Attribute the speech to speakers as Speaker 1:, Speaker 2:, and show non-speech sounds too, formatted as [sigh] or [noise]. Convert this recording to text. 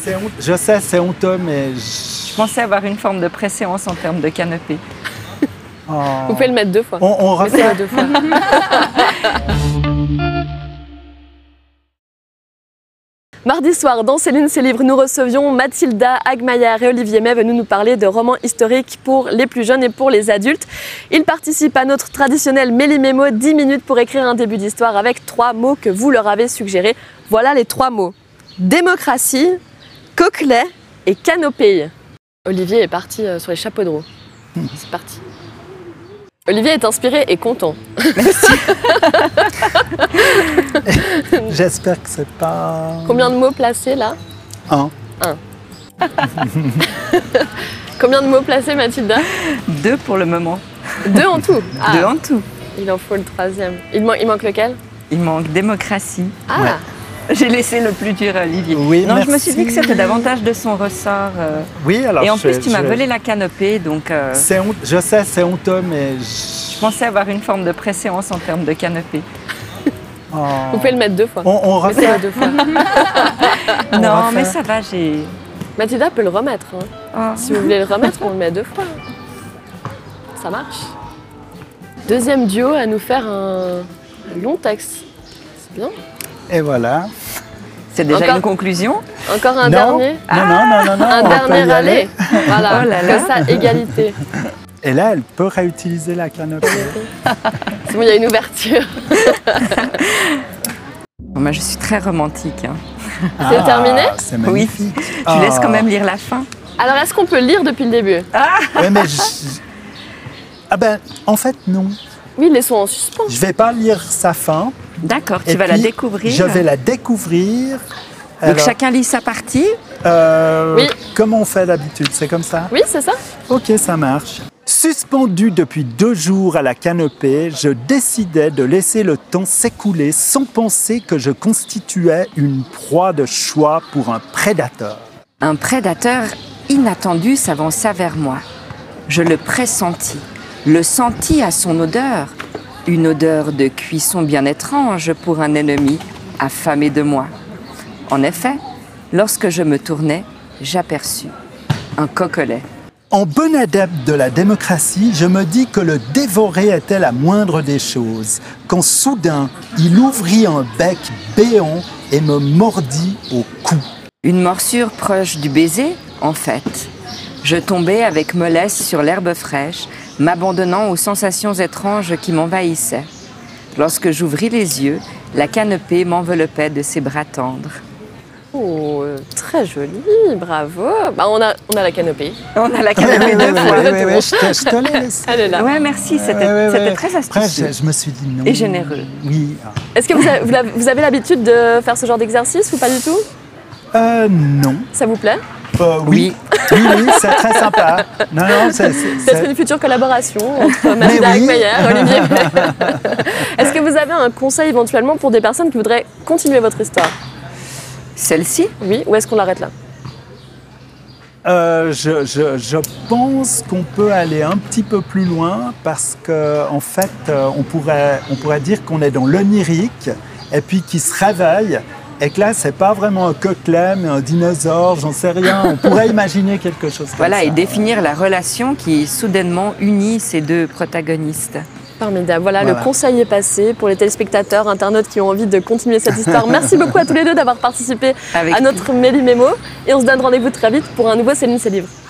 Speaker 1: c'est honteux. Je sais, c'est honteux, mais.
Speaker 2: Je pensais avoir une forme de préséance en termes de canopée.
Speaker 1: Oh.
Speaker 3: Vous pouvez le mettre deux fois.
Speaker 2: [laughs]
Speaker 1: On, on refait.
Speaker 3: Mettez-le deux fois. [laughs] Mardi soir, dans Céline ses livres, nous recevions Mathilda Agmaillard et Olivier May venus nous parler de romans historiques pour les plus jeunes et pour les adultes. Ils participent à notre traditionnel Méli-Mémo 10 minutes pour écrire un début d'histoire avec trois mots que vous leur avez suggérés. Voilà les trois mots. Démocratie, coquelet et canopée. Olivier est parti euh, sur les chapeaux de [laughs] roue. C'est parti. Olivier est inspiré et content.
Speaker 1: J'espère que c'est pas.
Speaker 3: Combien de mots placés là
Speaker 1: Un.
Speaker 3: [laughs] Combien de mots placés Mathilda
Speaker 2: Deux pour le moment.
Speaker 3: Deux en tout. Ah,
Speaker 2: Deux en tout.
Speaker 3: Il en faut le troisième. Il, man- il manque lequel
Speaker 2: Il manque démocratie.
Speaker 3: Ah
Speaker 1: Ouais.
Speaker 2: J'ai laissé le plus dur à Olivier.
Speaker 1: Oui,
Speaker 2: non,
Speaker 1: merci.
Speaker 2: je me suis dit que c'était davantage de son ressort. euh,
Speaker 1: Oui, alors.
Speaker 2: et en
Speaker 1: je-
Speaker 2: plus, tu m'as
Speaker 1: je-
Speaker 2: volé la canopée, donc euh,
Speaker 1: C'est honte- Je sais, c'est honteux, mais.
Speaker 2: je pensais avoir une forme de préséance en termes de canopée.
Speaker 3: Vous pouvez le mettre deux fois.
Speaker 1: Oh. On, on refait.
Speaker 3: Mettez-le deux fois.
Speaker 1: On
Speaker 2: non,
Speaker 1: refait.
Speaker 2: mais ça va, j'ai.
Speaker 3: Mathilda peut le remettre. hein.
Speaker 2: Oh.
Speaker 3: Si vous voulez le remettre, on le met deux fois. hein. Ça marche. Deuxième duo à nous faire un long texte. C'est bien.
Speaker 1: Et voilà.
Speaker 2: C'est déjà
Speaker 3: Encore
Speaker 2: une conclusion
Speaker 3: Encore un
Speaker 1: non.
Speaker 3: dernier.
Speaker 1: Non, non, non, non, non.
Speaker 2: Ah,
Speaker 3: Un
Speaker 1: on peut
Speaker 3: dernier
Speaker 1: y aller.
Speaker 3: aller. Voilà.
Speaker 2: Oh là là.
Speaker 3: Comme ça, égalité.
Speaker 1: Et là, elle peut réutiliser la canopée.
Speaker 3: C'est bon, il y a une ouverture.
Speaker 2: Bon, moi, Je suis très romantique. hein.
Speaker 1: Ah,
Speaker 3: terminé
Speaker 1: C'est magnifique. Ah.
Speaker 2: Tu laisses quand même lire la fin
Speaker 3: Alors, est-ce qu'on peut lire depuis le début
Speaker 1: Ouais, mais je- Ah ben, en fait, non.
Speaker 3: Oui, laissons en suspens.
Speaker 1: Je vais pas lire sa fin.
Speaker 2: D'accord, tu
Speaker 1: Et
Speaker 2: vas la
Speaker 1: puis,
Speaker 2: découvrir.
Speaker 1: Je vais la découvrir.
Speaker 2: Donc
Speaker 1: Alors,
Speaker 2: chacun lit sa partie.
Speaker 1: euh,
Speaker 3: Oui.
Speaker 1: Comme on fait d'habitude, c'est comme ça
Speaker 3: Oui, c'est ça
Speaker 1: Ok, ça marche. Suspendu depuis deux jours à la canopée, je décidais de laisser le temps s'écouler sans penser que je constituais une proie de choix pour un prédateur.
Speaker 2: Un prédateur inattendu s'avança vers moi. Je le pressentis, le sentis à son odeur, une odeur de cuisson bien étrange pour un ennemi affamé de moi. En effet, lorsque je me tournais, j'aperçus un coquelet.
Speaker 1: En bon adepte de la démocratie, je me dis que le dévorer était la moindre des choses, quand soudain, il ouvrit un bec béant et me mordit au cou.
Speaker 2: Une morsure proche du baiser, en fait. Je tombai avec mollesse sur l'herbe fraîche, m'abandonnant aux sensations étranges qui m'envahissaient. Lorsque j'ouvris les yeux, la canopée m'enveloppait de ses bras tendres.
Speaker 3: Oh, euh, très joli, bravo. Bah, on, a, on a la canopée.
Speaker 2: On a la canopée deux fois.
Speaker 1: Ouais, ouais, ouais, je te, je te laisse.
Speaker 3: Elle est là.
Speaker 2: Ouais, merci, c'était
Speaker 1: Ouais, ouais,
Speaker 2: c'était
Speaker 1: ouais.
Speaker 2: très
Speaker 1: Après,
Speaker 2: astucieux.
Speaker 1: je, je me suis dit non.
Speaker 2: Et généreux.
Speaker 1: Oui.
Speaker 3: Est-ce que vous avez, vous l'avez- vous avez l'habitude de faire ce genre d'exercice ou pas du tout
Speaker 1: Euh, non.
Speaker 3: Ça vous plaît
Speaker 1: Euh, oui. Oui, oui, c'est très sympa. Non, non, c'est. c'est-
Speaker 3: Peut-être
Speaker 1: c'est-
Speaker 3: une future collaboration entre Mathilda
Speaker 1: oui.
Speaker 3: Acmaillère,
Speaker 1: [laughs]
Speaker 3: Olivier. [laughs] Est-ce que vous avez un conseil éventuellement pour des personnes qui voudraient continuer votre histoire
Speaker 2: Celle-ci
Speaker 3: Oui, ou est-ce qu'on l'arrête là
Speaker 1: Euh, je, je- je pense qu'on peut aller un petit peu plus loin parce que en fait, euh, on pourrait, on pourrait dire qu'on est dans l'onirique et puis qui se réveille. Et que là, c'est pas vraiment un coquelet, mais un dinosaure, j'en sais rien. On pourrait imaginer quelque chose comme
Speaker 2: Voilà,
Speaker 1: ça.
Speaker 2: et définir la relation qui soudainement unit ces deux protagonistes.
Speaker 3: Formidable. Voilà,
Speaker 1: Voilà.
Speaker 3: le conseil est passé pour les téléspectateurs, internautes qui ont envie de continuer cette histoire. Merci beaucoup à tous les deux d'avoir participé
Speaker 2: Avec
Speaker 3: à notre Méli Mémo. Et on se donne rendez-vous très vite pour un nouveau Céline ses livres.